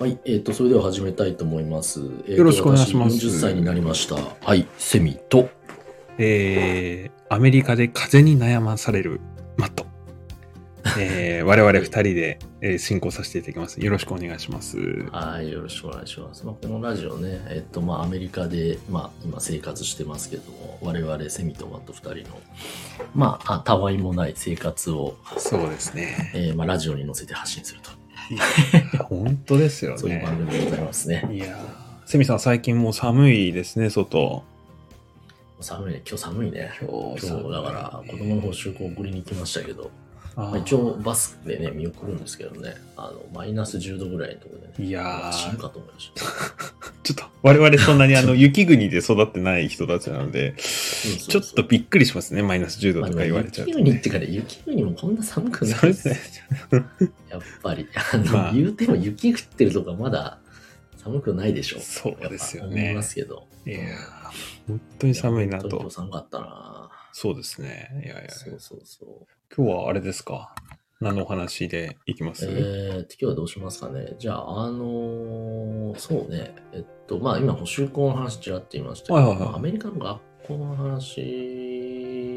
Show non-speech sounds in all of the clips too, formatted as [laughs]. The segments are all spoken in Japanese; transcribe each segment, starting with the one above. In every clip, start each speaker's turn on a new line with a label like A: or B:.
A: はい、えっ、と、それでは始めたいと思います。えーと
B: よろしくお願いします
A: 私40歳になりました。はい、セミと。
B: えー、アメリカで風邪に悩まされるマット。えー、我々二人で、えー進行させていただきます。よろしくお願いします。
A: はい、よろしくお願いします。まあ、このラジオね、えっ、と、まあ、アメリカで、まあ、今生活してますけども、我々、セミとマット2人の、まあ、あたわいもない生活を、
B: そうですね。
A: えーまあ、ラジオに乗せて発信すると。
B: 本当ですよ
A: そういう
B: ね。
A: 番組でございますね。
B: いやー、セミさん最近もう寒いですね、外。
A: 寒いね、今日寒いね。
B: 今
A: 今日、だから、子供の方、修行送りに来ましたけど、
B: あ
A: まあ、
B: ー
A: 一応、バスでね、見送るんですけどね、あの、マイナス10度ぐらいのところでね、
B: いや
A: 死ぬ
B: ー、
A: かと思いました。
B: ちょっと我々そんなにあ
A: [laughs]
B: の雪国で育ってない人たちなので、
A: そうそう
B: ちょっとびっくりしますね、マイナス10度
A: まあ
B: とか言われちゃうと、
A: 雪国っ
B: ね。
A: てから雪国もこんな寒くない
B: そうですね。
A: やっぱり。あの、
B: [laughs] まあ
A: 言うても雪降ってるとかまだ寒くないでしょ。
B: そうですよ
A: やっぱ思い
B: ね
A: ま。すけど。
B: いやー本当に寒いな
A: 東京
B: と。
A: 寒かったな。
B: そうですね。いやいや、
A: そうそうそう。
B: 今日はあれですか。何のお話でいきます、
A: えー、今日はどうしますかね。じゃあ、あのーそうね。えっと、まあ今、補修校の話ちらっと言いましたけど、
B: はいはいはい
A: まあアメリカの学校の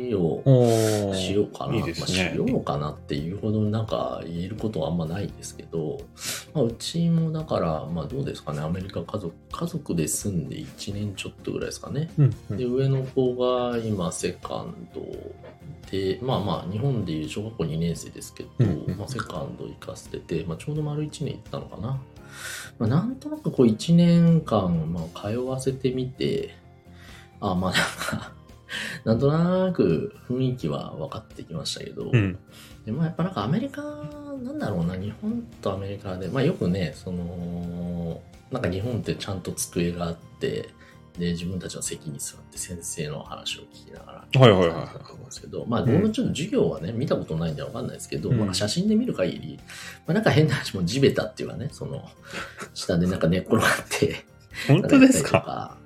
A: 話を。
B: おー
A: しようかな。
B: いいです
A: まあ、
B: ね
A: し。ようかなっていうほどなんか言えることはあんまないですけど、まあ、うちもだから、まあどうですかね、アメリカ家族、家族で住んで1年ちょっとぐらいですかね。
B: うんうん
A: で、上の子が今、セカンドで、まあまあ、日本でいう小学校2年生ですけど、
B: うんうん
A: まあ、セカンド行かせてて、まあ、ちょうど丸1年行ったのかな。まあ、なんとなくこう1年間、まあ、通わせてみて、あ、まあなんか、なんとなく雰囲気は分かってきましたけど、
B: うん
A: でまあ、やっぱなんかアメリカなんだろうな日本とアメリカで、まあ、よくねそのなんか日本ってちゃんと机があってで自分たちの席に座って先生の話を聞きながら
B: はいはいはい
A: だと思うんですけど、まあ、どうもちょっと授業はね、見たことないんでわかんないですけど、
B: うん
A: まあ、写真で見る限り、まあ、なんか変な話も地べたっていうかねその下でなんか寝っ転がって
B: [laughs] 本当です
A: なん
B: か。
A: やったりとか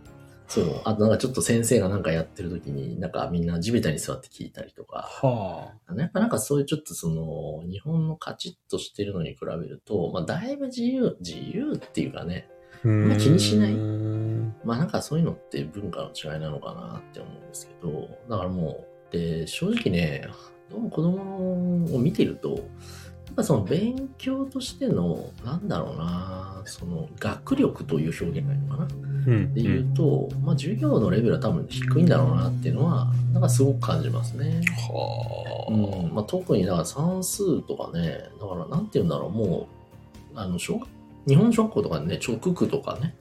A: そうあとなんかちょっと先生がなんかやってる時になんかみんな地べたに座って聞いたりとか
B: は
A: あのやっぱなんかそういうちょっとその、日本のカチッとしてるのに比べると、まあだいぶ自由、自由っていうかね、
B: あ。うーん
A: まあ気にしない
B: うん
A: まあなんかそういうのって文化の違いなのかなって思うんですけど、だからもう、で、正直ね、どうも子供を見てると、やっぱその勉強としての、なんだろうな、その学力という表現がいいのかな。
B: う
A: で言う
B: ん。
A: と、まあ授業のレベルは多分低いんだろうなっていうのは、なんかすごく感じますね。
B: は
A: うんまあ、特にだから算数とかねだからなんて言うんだろうもうあの小学日本小学校とかね直区とかね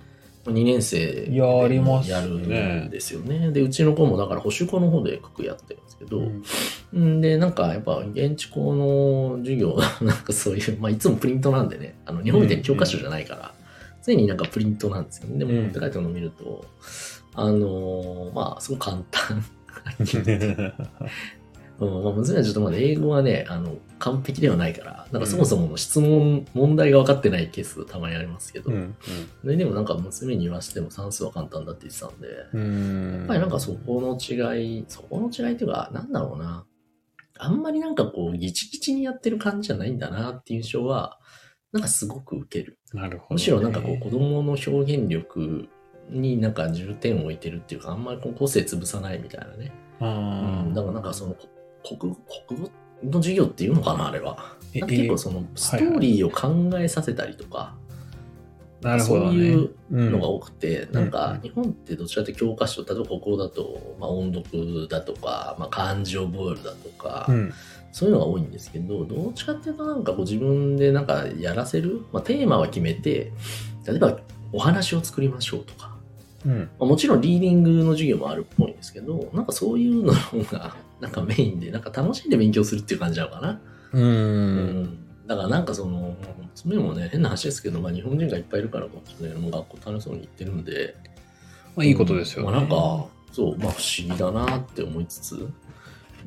A: 2年生
B: いやありますね
A: やるんですよねでうちの子もだから補修校の方で区やってるんですけ
B: あ。
A: ど、うん、でなんかやっぱ現地校の授業が [laughs] なんかそういう、まあ、いつもプリントなんでねあの日本みたいに教科書じゃないから、常になんかプリントなんですよねでも
B: うん
A: 持って帰ったのを見ると、あのーまあすごく簡単うん、まあ、娘はちょっとまだ英語はね、あの、完璧ではないから、なんかそもそもの質問、問題が分かってないケースがたまにありますけど、
B: うんうん
A: ででもなんか娘に言わせても算数は簡単だって言ってたんで、や
B: うーん。や
A: っぱりなんかそこの違い、そこの違いっていうか、なんだろうな、あんまりなんかこう、ギチギチにやってる感じじゃないんだなっていう印象は、なんかすごく受ける。
B: なるほどね。
A: むしろなんかこう、子供の表現力になんか重点を置いてるっていうか、あんまりこう、個性潰さないみたいなね。
B: あ
A: うん、だ
B: ー
A: からなんかそのこ国語国語の授業っていうのかなあれは
B: え
A: なんか結構そのストーリーを考えさせたりとか
B: なるほどね。
A: そういう
B: うん
A: のが多くて、
B: ん
A: なん
B: うん
A: か日本ってどちらかというと教科書例えば国語だと、まあ、音読だとか、まあ、漢字を覚えるだとか、
B: うん。
A: そういうのが多いんですけどどっちかっていうとなんかこう自分でなんかやらせる、まあ、テーマは決めて例えばお話を作りましょうとか
B: うん。
A: まあもちろんリーディングの授業もあるっぽいんですけど、なんかそういうのの方が、 [laughs] なんかメインで、なんか楽しんで勉強するっていう感じなのかな。
B: う。
A: うんだからなんかその、娘もね、変な話ですけど、まあ日本人がいっぱいいるからかもしれないけどもう学校楽しそうに行ってるんで。
B: まあ、いいことですよね。
A: まあなんか、そう、まあ不思議だなって思いつつ、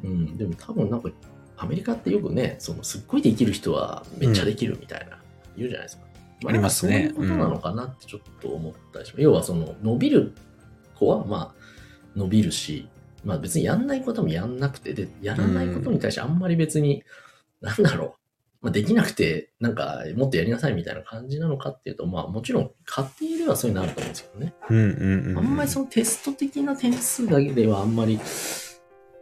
A: うん、でも多分なんか、アメリカってよくね、そのすっごいできる人はめっちゃできるみたいな、言うじゃないですか。
B: ありますね
A: そういうことなのかなってちょっと思ったりします。要はその、伸びる子はまあ、伸びるし、まあ別にやんないこともやんなくて、で、やらないことに対してあんまり別に、なんだろう、まあ、できなくて、なんか、もっとやりなさいみたいな感じなのかっていうと、まあ、もちろん、家庭ではそういうのあると思うんですけどね。
B: うんうんうん。
A: あんまりそのテスト的な点数だけでは、あんまり、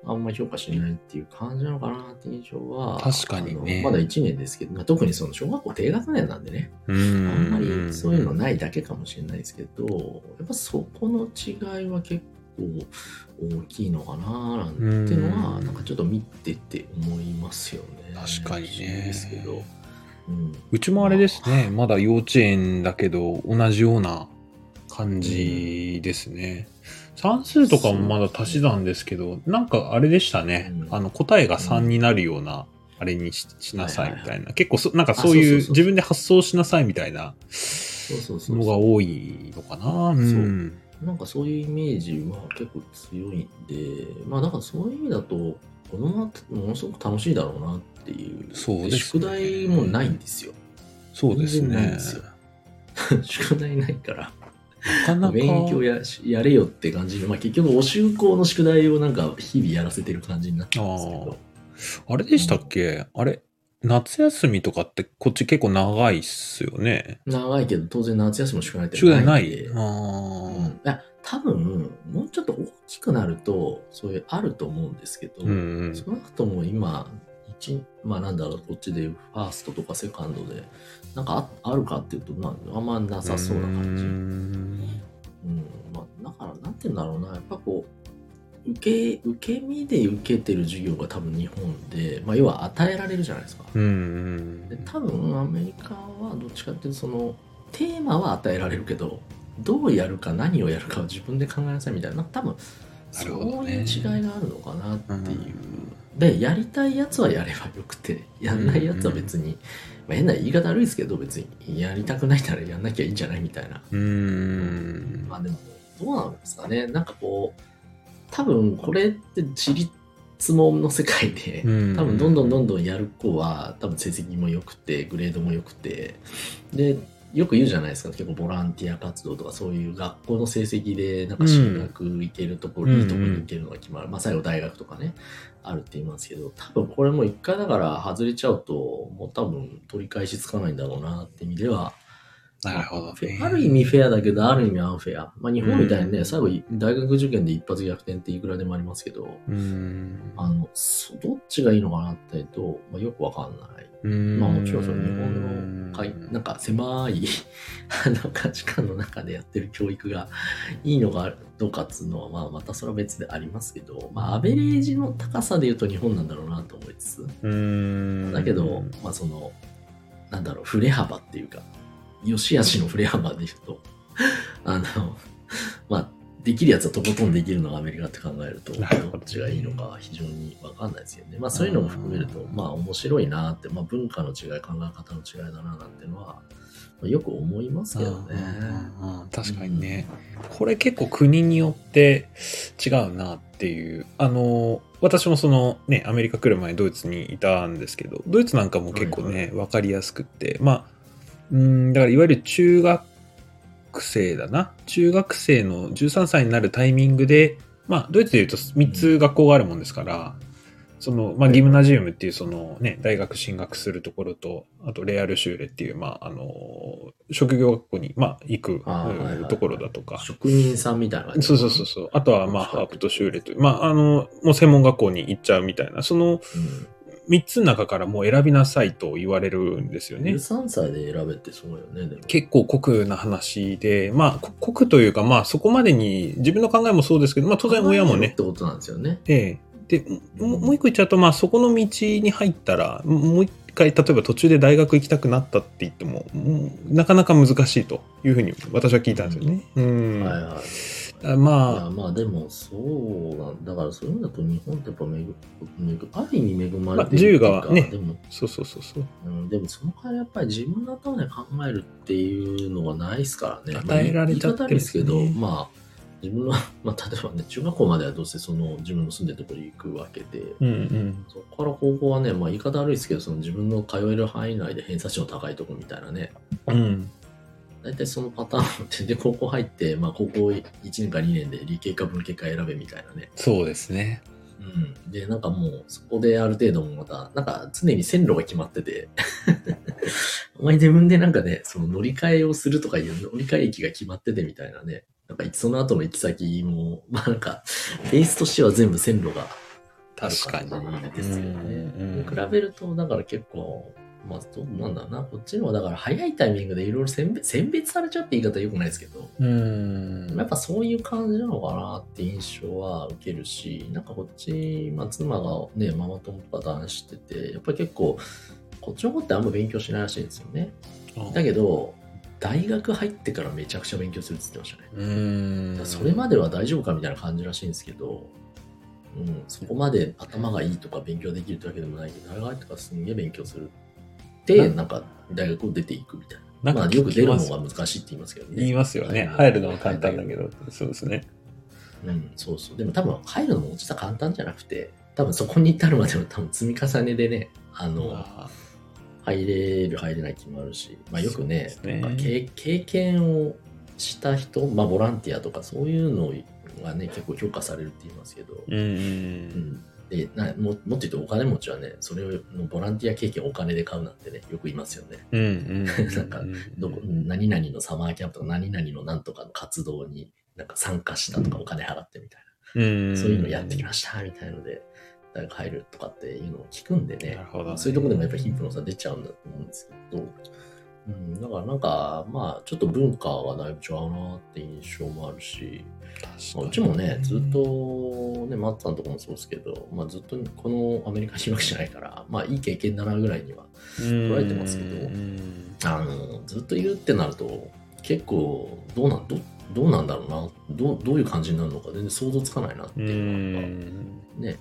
A: あんまり評価しないっていう感じなのかなって印象は。
B: 確かにね
A: あのまだ1年ですけど、まあ特にその小学校低学年なんでね。
B: うんうん
A: あんまりそういうの
B: い。
A: ないだけかもしれないですけど、やっぱそこの違いは結構大きいのかななんていうのは、
B: うん
A: なんかちょっと見てて思いますよね。
B: 確かにね
A: 不思議ですけど。うん、
B: うちもあれですね、まだ幼稚園だけど、同じような感じですね。算数とかもまだ足し算ですけど、なんかあれでしたね
A: う。ん
B: あの、答えが3になるような、あれにししなさいみたいな。結構そ、なんかそう
A: あそう
B: い
A: そう
B: う
A: そう
B: 自分で発想しなさいみたいな
A: そうそうそう
B: のが
A: そ
B: 多いのかな。うん。
A: う。なんかそういうイメージは結構強いんで、まあだからそういう意味だと、子供はものすごく楽しいだろうなっていう。
B: そうですね
A: で宿題もないんですよ。
B: そうです
A: 全然ない
B: ね
A: で。すよ [laughs] 宿題ないから。
B: なかなか。
A: 勉強やしやれよって感じで、まあ、結局お就校の宿題をなんか日々やらせてる感じになってますけど
B: あれでしたっけ、あれ夏休みとかってこっち結構長いっすよね。
A: 長いけど当然夏休みの宿題って
B: 宿題ない
A: ん
B: い
A: で
B: あ
A: うん
B: ー
A: いや多分もうちょっと大きくなるとそういうあると思うんですけど、
B: うんうん。
A: 少なくとも今一まあなんだろうこっちでファーストとかセカンドでなんかああるかっていうと、まあ、あんまなさそうな感じ
B: うーん
A: うんまあ、だからなんて言うんだろうなやっぱこう受け受け身で受けてる授業が多分日本で、まあ、要は与えられるじゃないですか、
B: うんう
A: で
B: ん。
A: 多分アメリカはどっちかっていうとそのテーマは与えられるけどどうやるか何をやるかは自分で考えなさいみたいな多分
B: な
A: そう
B: るほど
A: いう
B: ね
A: 違いがあるのかなっていう
B: うん、
A: でやりたいやつはやればよくてやんないやつは別に、まあ、変な言い方悪いですけど別にやりたくないならやんなきゃいいんじゃないみたいな
B: うーん。
A: まあでも、どうなんですかね。なんかこう、多分これって自立もの世界で、
B: うん
A: 多分どんどんどんどんやる子は、多分成績も良くて、グレードも良くて、で、よく言うじゃないですか、結構ボランティア活動とか、そういう学校の成績で、なんか進学行けるところ、
B: うん
A: いいところに行けるのが決まる、まあ最後大学とかね、あるって言いますけど、多分これも一回だから外れちゃうと、もう多分取り返しつかないんだろうなって意味では、
B: なるほどね。
A: ある意味フェアだけど、ある意味アンフェア。まあ、日本みたいにね、
B: うん
A: 最後、大学受験で一発逆転っていくらでもありますけど、
B: うーん。
A: あの、そどっちがいいのかなって言うと、まあ、よくわかんない。ま
B: ま
A: あ、もちろんその日本のかい、なんか狭い [laughs] あの価値観の中でやってる教育がいいのかどうかっつうのは、まあ、またそれは別でありますけど、まあ、アベレージの高さで言うと日本なんだろうなと思いつつ、
B: うーん。
A: だけど、まあその、なんだろう、振れ幅っていうか、良し悪しの振れ幅で言うと、 [laughs] あの、 [laughs] まあ、できるやつはとことんできるのがアメリカって考えると、ど
B: なるほど
A: っちがいいのかは非常にわかんないですよね。まあそういうのも含めると、まあ面白いなって、まあ文化の違い、考え方の違いだななんてのは、まあよく思いますけどね。
B: うんうんうんうん確かにね、これ結構国によって違うなっていうあの私もそのねアメリカ来る前ドイツにいたんですけどドイツなんかも結構
A: はい
B: ね、分かりやすくってまあうんだからいわゆる中学生だな中学生の13歳になるタイミングでまあドイツでいうと3つ学校があるもんですから、そのまあ、ギムナジウムっていうその、ね、大学進学するところとあとレアルシューレっていう、まあ、あの職業学校に、まあ、行く
A: あーはいはいはい
B: ところだとか、
A: 職人さんみたいな感じ。
B: そうそうそうそうあとは、まあ、ハープとシューレという、まあ、あのもう専門学校に行っちゃうみたいなそ
A: う
B: の
A: ん。
B: 3つの中からもう選びなさいと言われるんですよね。
A: 13歳で選べってすごいよね、でも。
B: 結構酷な話で、まあ、こ酷というか、まあ、そこまでに自分の考えもそうですけど、まあ、当然親も
A: っ
B: ね、
A: てことなんですよね。
B: ええ、でももう一個言っちゃうと、まあ、そこの道に入ったらももう一回例えば途中で大学行きたくなったって言ってももうなかなか難しいというふうに私は聞いたんですよね。うん
A: はいはい。
B: あ
A: いや
B: まあ
A: まあでもそうなんだからそういう意味だと日本ってやっぱ恵恵ある意味恵まれ
B: まあ
A: てるっていう
B: 自由
A: か、
B: がね
A: でも、
B: そうそうそうそう
A: うん、でもその代わりやっぱり自分の頭で考えるっていうのがないですからね
B: 与えられちゃっ
A: まあ言い方
B: てる
A: あですけどまあ自分の、まあ、例えばね中学校まではどうせその自分の住んでるところに行くわけで
B: うんうん
A: そこから高校はね、まあ、言い方悪いですけどその自分の通える範囲内で偏差値の高いとこみたいなね
B: うん
A: 大体そのパターンってで高校入って、まあ、高校1年か2年で理系か文系か選べみたいなね
B: そうですね。
A: うん、で、なんかもう、そこである程度もまた、なんか常に線路が決まって
B: [laughs]
A: て、お前自分でなんかね、その乗り換えをするとかいう乗り換え駅が決まっててみたいなね、なんかその後の行き先も、まあなんか、ベースとしては全部線路がある
B: 確かに。
A: 感じですよね。
B: うんうん
A: 比べると、だから結構、まあ、どうなんだろうな、こっちの方がだから早いタイミングでいろいろ選別選別されちゃうって言い方は良くないですけど、
B: うん。
A: やっぱそういう感じなのかなって印象は受けるし、なんかこっち、まあ、妻がね、ママ友とか男子ってて、やっぱり結構、こっちの子ってあんま勉強しないらしいんですよね。だけど、大学入ってからめちゃくちゃ勉強するって言ってましたね。
B: うん
A: だからそれまでは大丈夫かみたいな感じらしいんですけど、うん、そこまで頭がいいとか勉強できるってわけでもないけど、大学入ってからすんげえ勉強するって、なんか大学を出ていくみたいな。まあ、よく出るのが難しいって言いますけどね。
B: 言いますよね。
A: はい
B: 入るのは簡単だけど、そうですね。
A: うん、そうそう。でも多分入るのも実は簡単じゃなくて、多分そこに至るまでの多分積み重ねでね、あの、
B: あ
A: 入れる入れない決まるし、まあよくね
B: そう、ですね
A: なんか経経験をした人、まあボランティアとかそういうのがね、結構評価されるって言いますけど、
B: ーうんう
A: うんん。でなも、もっと言うとお金持ちはね、それのボランティア経験をお金で買うなんてね、よく言いますよね。
B: うん。うんうん
A: なんかどこ何々のサマーキャンプとか何々のなんとかの活動になんか参加したとかお金払ってみたいな。
B: そ
A: そ
B: う
A: う
B: い
A: いうのやってきましたみたいので、大学入るとかっていうのを聞くんでね
B: なる、ほどね
A: そういうとこでもやっぱ貧富の差出ちゃうんだと思うんですけど、うん、だからなんか、まあ、ちょっと文化はだいぶ違うなって印象もあるし、まあうちもね、ずっと、ね、マッツさんとかもそうですけど、まあ、ずっとこのアメリカ留学じゃないから、まあ、いい経験だなぐらいには、
B: 捉
A: えてますけど
B: うん
A: あの、ずっといるってなると、結構、どうなん、どどうなんだろうな、どうどういう感じになるのか全然想像つかないなって
B: う
A: いうのが、
B: ん
A: ね、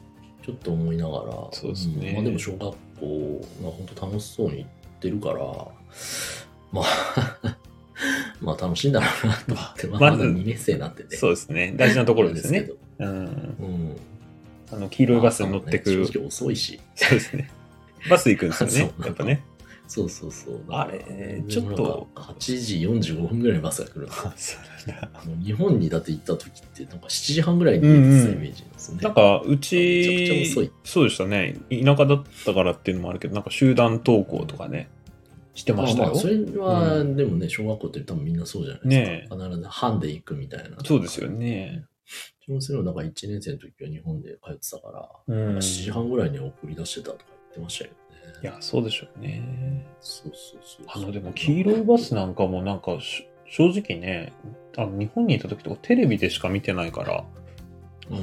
A: ちょっと思いながら、
B: そうですね
A: んまあ、でも小学校が本当楽しそうに行ってるから、まあ、 [laughs] まあ楽しいんだろうなと思って、まあ、
B: ま
A: ま
B: ず
A: だ2年生になってて、
B: [laughs] そうですね。大事なところ
A: [laughs]
B: です
A: なん
B: ね
A: け。ど。
B: うん
A: うん。
B: あの黄色いバスに乗ってく
A: ま [laughs]
B: る
A: あ。正直遅いし、
B: そうですね。バス行くんです
A: [laughs]
B: よ
A: そう
B: ね
A: な。の
B: やっぱね。
A: そうそうそう。
B: あれちょっと。
A: 8時45分ぐらいにバスが来るの
B: あそうなんだ
A: あの日本にだって行った時って、なんか7時半ぐらいに出てたイメージなんですよね。
B: なんか、う
A: めちゃくちゃ遅
B: ち
A: い、
B: そうでしたね。田舎だったからっていうのもあるけど、なんか集団登校とかね、してました
A: あ
B: よ。
A: あそれは、
B: う
A: でもね、小学校って多分みんなそうじゃないですか。必ず班で行くみたいな。
B: そうですよね。
A: 自分それをなんか1年生の時は日本で通ってたから、
B: うん。
A: 7時半ぐらいに送り出してたとか言ってましたよね。
B: いや、そうでしょうね。
A: そうそうそう
B: あの、でも、黄色いバスなんかも、なんかし、正直ね、あの日本にいた時とかテレビでしか見てないから、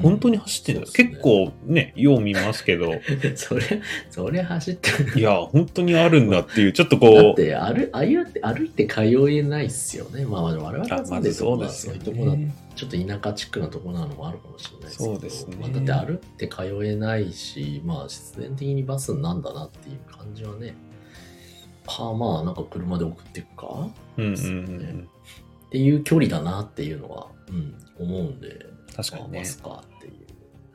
B: 本当に走ってるんだ、
A: そうですね
B: 結構ね、よう見ます
A: [laughs]
B: けど、
A: それ、それ走ってる。
B: いや、本当にあるんだっていう、ちょっと
A: だっ
B: こう、
A: て歩歩いて、歩いて通えないっすよね。まあ、我々
B: あ
A: は
B: ま
A: 住んで
B: ず
A: ると
B: そ
A: こ
B: うで
A: は
B: す
A: そう
B: よ
A: いうとこだ
B: ね。
A: ちょっと田舎チックなところなのもあるかもしれないですけど、
B: そうですね
A: まあ、だって歩いて通えないし、まあ、必然的にバスなんだなっていう感じはね、か、まあ、なんか車で送っていくか
B: うんうんう
A: ですね
B: ん。
A: っていう距離だなっていうのは、うん、思うんで、
B: 確かに
A: まあ
B: ね
A: バ。スかっていう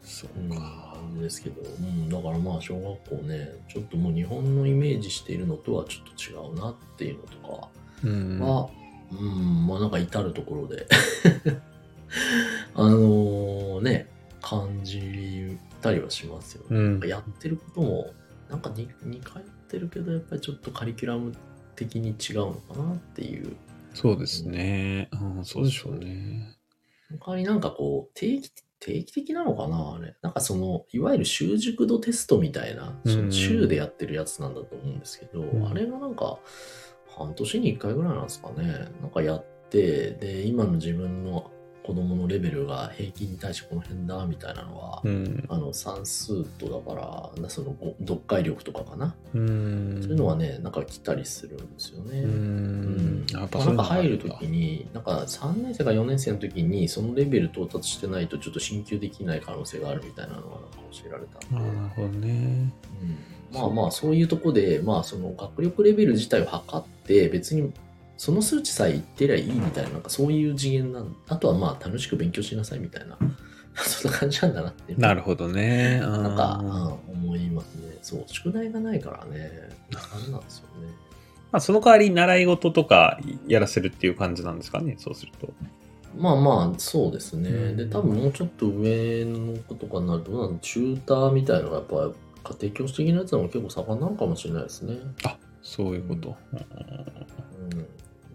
B: そ
A: うん
B: うか。
A: 感じですけど、うん、だからまあ小学校ね、ちょっともう日本のイメージしているのとはちょっと違うなっていうのとか
B: うん
A: は、うん、まあなんか至るところで、 [laughs] あのね、感じたりはしますよね。
B: うん
A: なんかやってることも、なんか 2, 回やってるけど、やっぱりちょっとカリキュラム的に違うのかなっていう
B: そうですね。うん、そうでしょうね。
A: 他になんかこう、定期、定期的なのかなあれ。なんかその、いわゆる習熟度テストみたいな、
B: うん
A: その週でやってるやつなんだと思うんですけど、
B: ん
A: あれがなんか、半年に1回ぐらいなんですかね。なんかやって、で、今の自分の子供のレベルが平均に対してこの辺だ、みたいなのは、
B: うん。
A: あの、算数とだから、なその、ご読解力とかかな。
B: うん。
A: そういうのはね、なんか来たりするんですよね。
B: うん。
A: や
B: や
A: っ
B: っ
A: ぱな
B: ぱそうんい
A: か
B: うのがあ
A: 入る
B: ん
A: と
B: だ
A: きに、なんか3年生か4年生のときに、そのレベル到達してないと、ちょっと進級できない可能性があるみたいなのがなんか教えられた
B: あ
A: んで、
B: あ、なるほどね。
A: うんまあまあ、そういうとこで、まあ、その学力レベル自体を測って、別にその数値さえいってりゃいいみたいな、なんかそういう次元なんあとはまあ、楽しく勉強しなさいみたいな、 [laughs] そんな感じなんだなっていう。
B: なるほどね。な
A: なんか、うん思いますね。そう、宿題がないからね、あれなんですよね。
B: まあ、その代わり習い事とかやらせるっていう感じなんですかね、そうすると。
A: まあまあ、そうですね。
B: うん
A: で、多分もうちょっと上の子とかになると、どうなのチューターみたいなのがやっぱ家庭教師的なやつも結構盛んなのかもしれないですね。
B: そういうこと。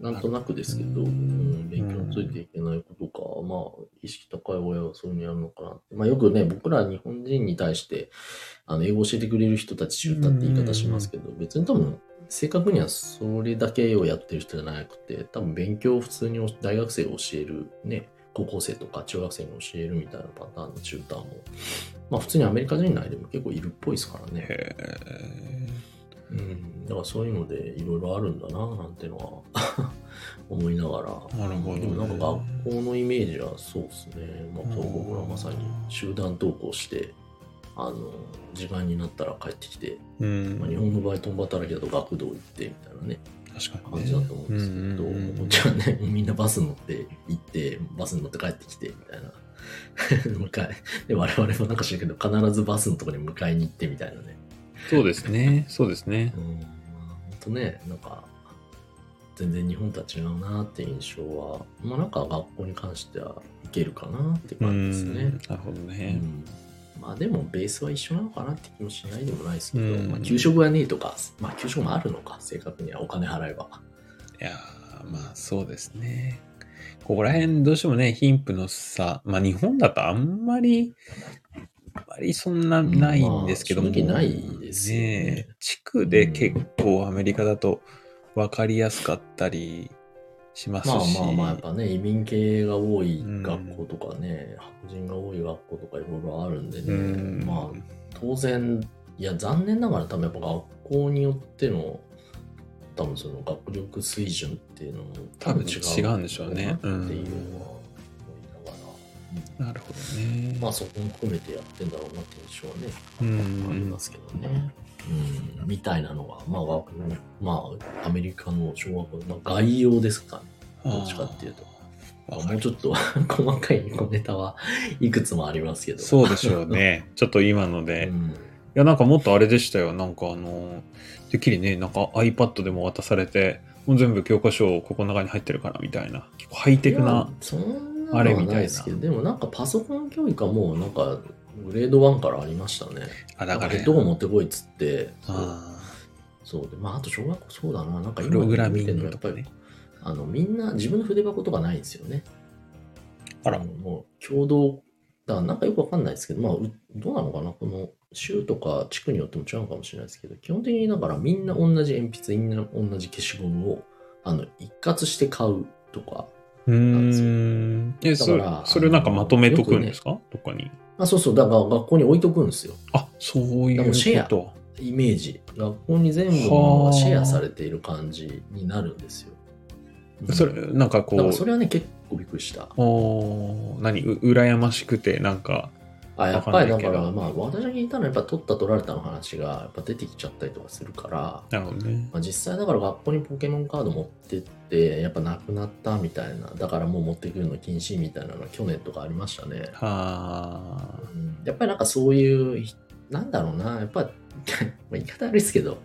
A: うん、なんとなくですけど、
B: う
A: うんん、勉強についていけないことか、まあ、意識高い親はそういうのやるのかなって。まあ、よくね、僕ら日本人に対して、あの、英語を教えてくれる人たち、中たって言い方しますけど、別に多分、正確にはそれだけをやってる人じゃなくて、多分勉強を普通に大学生を教える、ね、高校生とか中学生に教えるみたいなパターンのチューターも、まあ普通にアメリカ人内でも結構いるっぽいですからね。
B: へえ。
A: うん、だからそういうのでいろいろあるんだななんてのは [laughs] 思いながら
B: なるほどね
A: でもなんか学校のイメージはそうですね、まあ、そう僕らはまさに集団登校してあの時間になったら帰ってきて、
B: うん。
A: まあ、日本の場合共働きだと学童行ってみたいなね
B: 確か
A: 感
B: に、ね。
A: じだと思うんですけど、
B: うんうんうんうん
A: こっちはね [laughs] みんなバス乗って行ってバスに乗って帰ってきてみたいな [laughs] 迎えで我々もなんか知らんけど必ずバスのところに迎えに行ってみたいなね
B: そうですね。そうですね
A: う。ん、まあ、ほんとね、なんか、全然日本とは違うなっていう印象は、まあなんか学校に関してはいけるかなって感じですね。
B: なるほど
A: う
B: ね。
A: んまあでもベースは一緒なのかなって気もしないでもないですけど、
B: うん
A: まあ給食がねえとか、まあ給食もあるのか、正確にはお金払えば。
B: いやーまあそうですね。ここら辺どうしてもね、貧富の差、まあ日本だとあんまり、あんまりそんなないんですけども、
A: まあ正直ないですよね
B: え地区で結構アメリカだと分かりやすかったりします
A: まあ
B: し、
A: まあまあやっぱね、移民系が多い学校とかね、白人が多い学校とかいろいろあるんでね、
B: うん
A: まあ当然いや残念ながら多分やっぱ学校によっての多分その学力水準っていうのも
B: 多分違うんでしょうね
A: っていうのは思いながら、
B: なるほどね。
A: まあそこも含めてやってんだろうなって印象はね
B: うん
A: ありますけどね、うんみたいなのがまあわ、まあ、アメリカの小学校の概要ですかねどっちかっていうと
B: あー。わか
A: もう
B: る
A: ちょっと [laughs] 細かい小ネタはいくつもありますけど
B: そうでしょうね。ちょっと今ので。
A: うん
B: いや、なんかもっとあれでしたよ。なんかあの、てっきりね、なんか iPad でも渡されて、もう全部教科書ここの中に入ってるからみたいな、結構ハイテク
A: い
B: な
A: や。そんな
B: あ
A: あ
B: れ
A: れ
B: み
A: み
B: たい
A: た
B: な
A: いですけどでもなんかパソコン教育はもうなんかグレード1からありましたね
B: あ、
A: な
B: だ
A: ん
B: か
A: からヘッドホン持ってこいっつってそう
B: あ
A: そうでまああと小学校そうだななんか
B: ー
A: 今
B: プログラミ
A: 見
B: ン
A: て
B: グ
A: る
B: と
A: の
B: か
A: はやっ
B: ね
A: ぱ。りあのみんな自分の筆箱とかないんですよね
B: あら
A: の、もう共同だからなんかよくわかんないですけどまあうどうなのかなこの州とか地区によっても違うかもしれないですけど基本的にだからみんな同じ鉛筆みんな同じ消しゴムをあの一括して買うとか
B: うー
A: なんですよ
B: ん。え、それ
A: だから、
B: それをなんかまとめとくん
A: あの
B: ですか、どっかに。
A: あそうそうだから学校に置いとくんですよ
B: あ、そうい
A: でもシ
B: う
A: ェ
B: こ
A: ア
B: と。
A: イメージ学校に全部のものがシェアされている感じになるんですよ、うん
B: それ、なんかこ
A: だから
B: う、
A: それはね結構びっくりした
B: おー何、う羨ましくて、なんか、
A: あやっぱりだ
B: わ
A: か
B: かんない
A: ら
B: けど
A: まあ私が聞いたのはやっぱ取った取られたの話がやっぱ出てきちゃったりとかするから
B: なるほどね。
A: まあ、実際だから学校にポケモンカード持ってってやっぱなくなったみたいなだからもう持ってくるの禁止みたいなのが去年とかありましたね、
B: は
A: うんやっぱりなんかそういうなんだろうなやっぱ [laughs] まあ言い方悪いですけど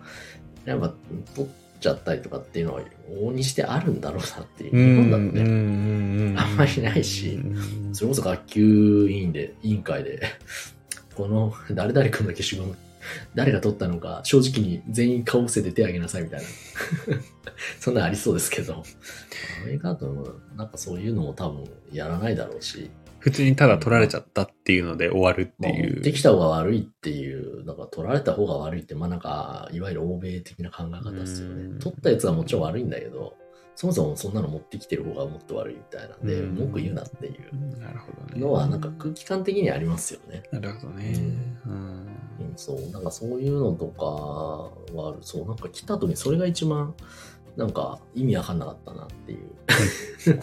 A: やっぱ取っちゃったりとかっていうのは往々にしてあるんだろうなってい
B: ー。
A: う日本だと
B: う
A: ね
B: ん
A: あんまりないし
B: うん
A: それこそ学級委員で委員会で [laughs] この誰々君の消しゴム誰が取ったのか正直に全員顔伏せて手挙げなさいみたいな [laughs] そんなんありそうですけどアメリカだとなんかそういうのも多分やらないだろうし、
B: 普通にただ取られちゃったっていうので終わるって
A: まあ、
B: い
A: 持
B: う。
A: ってきた方が悪いっていうなんか取られた方が悪いってまあなんかいわゆる欧米的な考え方ですよ
B: うん
A: ね取ったやつはもちろん悪いんだけどそもそもそんなの持ってきてる方がもっと悪いみたいなんで
B: うん
A: 文句言うなっていう
B: なるほどね。
A: のはなんか空気感的にありますよね
B: なるほどね。うん。
A: うん、そう、なんかそういうのとかはある、そう、なんか来た時にそれが一番、なんか意味わかんなかったなっていう。
B: [laughs]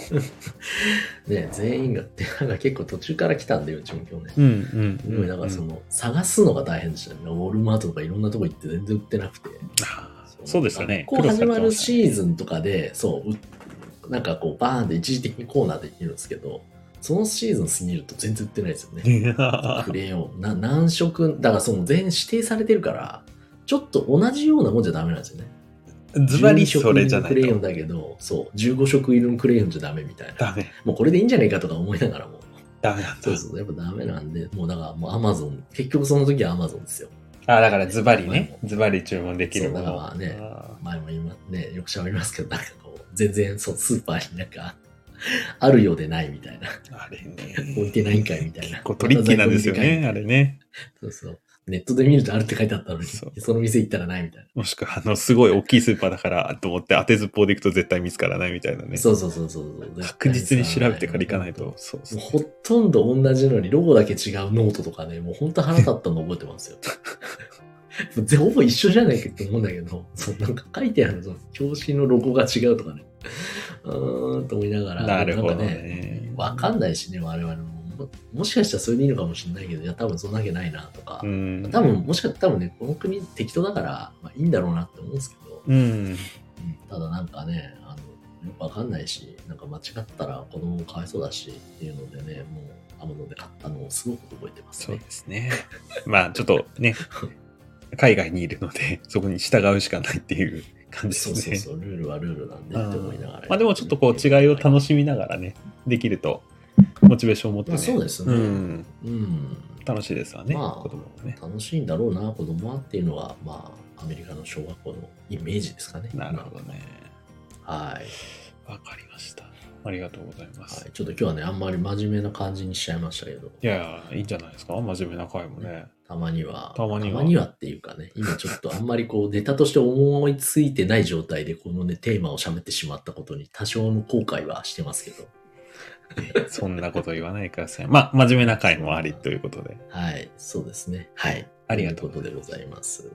A: ね、全員がって、なんか結構途中から来たんで、うちも去年。
B: うんうん。
A: うん、だからその、探すのが大変でしたね。ウォルマートとかいろんなとこ行って全然売ってなくて。
B: あーそうですよね。
A: こう始まる
B: ー
A: シーズンとかで、そうう、なんかこうバーンって一時的にコーナーできるんですけど、そのシーズン過ぎると全然売ってないですよね。クレヨンな何色だからその全指定されてるからちょっと同じようなもんじゃダメなんですよね
B: [laughs] ズバリそれじゃな
A: クレ
B: い
A: ヨ
B: と
A: ンだけど、そう、15色色のクレヨンじゃダメみたいな。
B: ダメ
A: もうこれでいいんじゃないかとか思いながらも。
B: ダメなんだ
A: そうそう、やっぱダメなんで、もうだからもうアマゾン、結局その時はアマゾンですよ。
B: あだからズバリねズバリ注文できるも
A: そう
B: の
A: だからね
B: あ
A: 前も今ね、よく喋りますけど、なんかこう、全然そう、スーパーになんか、あるようでないみたいな。
B: ーあれね
A: 置いてないんかいみたいな
B: 結構トリッキーなんですよねあれね
A: そうそう。ネットで見るとあるって書いてあったのに、
B: そ
A: そうの店行ったらないみたい
B: もしくは、あの、すごい大きいスーパーだからと思って当てずっぽうで行くと絶対見つからないみたいな
A: な。
B: ね。
A: そうそうそうそうそう。
B: [laughs] 確実に調べてから行かないと。。そうそう
A: もうほとんど同じのにロゴだけ違うノートとかね、もう本当腹立ったの覚えてますよ。 [laughs] もうぜほぼ一緒じゃないかって思うんだけど、そうなんか書いてあるその表紙のロゴが違うとかね。うーんと思いながら。
B: なるほど
A: なんか
B: ね。
A: わかんないしね、我々も。ももしかしたらそれでいいのかもしれないけど、いや、多分そんなわけないなとか
B: う。ん。
A: 多分、もしかしたら多分ね、この国適当だから、まあいいんだろうなって思うんですけど、
B: うん。
A: うんただなんかね、あの、よくわかんないし、なんか間違ったら子供もかわいそうだしっていうのでね、もう、アマゾンで買ったのをすごく覚えてます
B: そう
A: ね。
B: ですね。まあ、ちょっとね、海外にいるので、そこに従うしかないっていう感じ
A: そう
B: です
A: そうそ
B: ね。
A: う、ルールはルールなんで
B: うん
A: って思いながら。
B: まあ、でもちょっとこう、違いを楽しみながらね、できると、モチベーションを持って
A: まあ
B: ね。
A: そうですね。
B: うん。
A: うん
B: 楽しいですわね、
A: まあ
B: 子供もね。
A: 楽しいんだろうな、子供はっていうのは、まあ、アメリカの小学校のイメージですかね。
B: なるほどね。
A: はい。
B: わかりました。ありがとうございます
A: は。い、ちょっと今日はね、あんまり真面目な感じにしちゃいましたけど、
B: いやいや、いいんじゃないですか真面目な回もね。
A: たまには、
B: たまには
A: っていうかね、今ちょっとあんまりこう、ネタとして思いついてない状態で、このね、テーマを喋ってしまったことに多少の後悔はしてますけど、
B: そんなこと言わないでください。まあ、真面目な回もありということで。
A: はい、そうですね。はい。
B: ありがとう
A: ということでございます。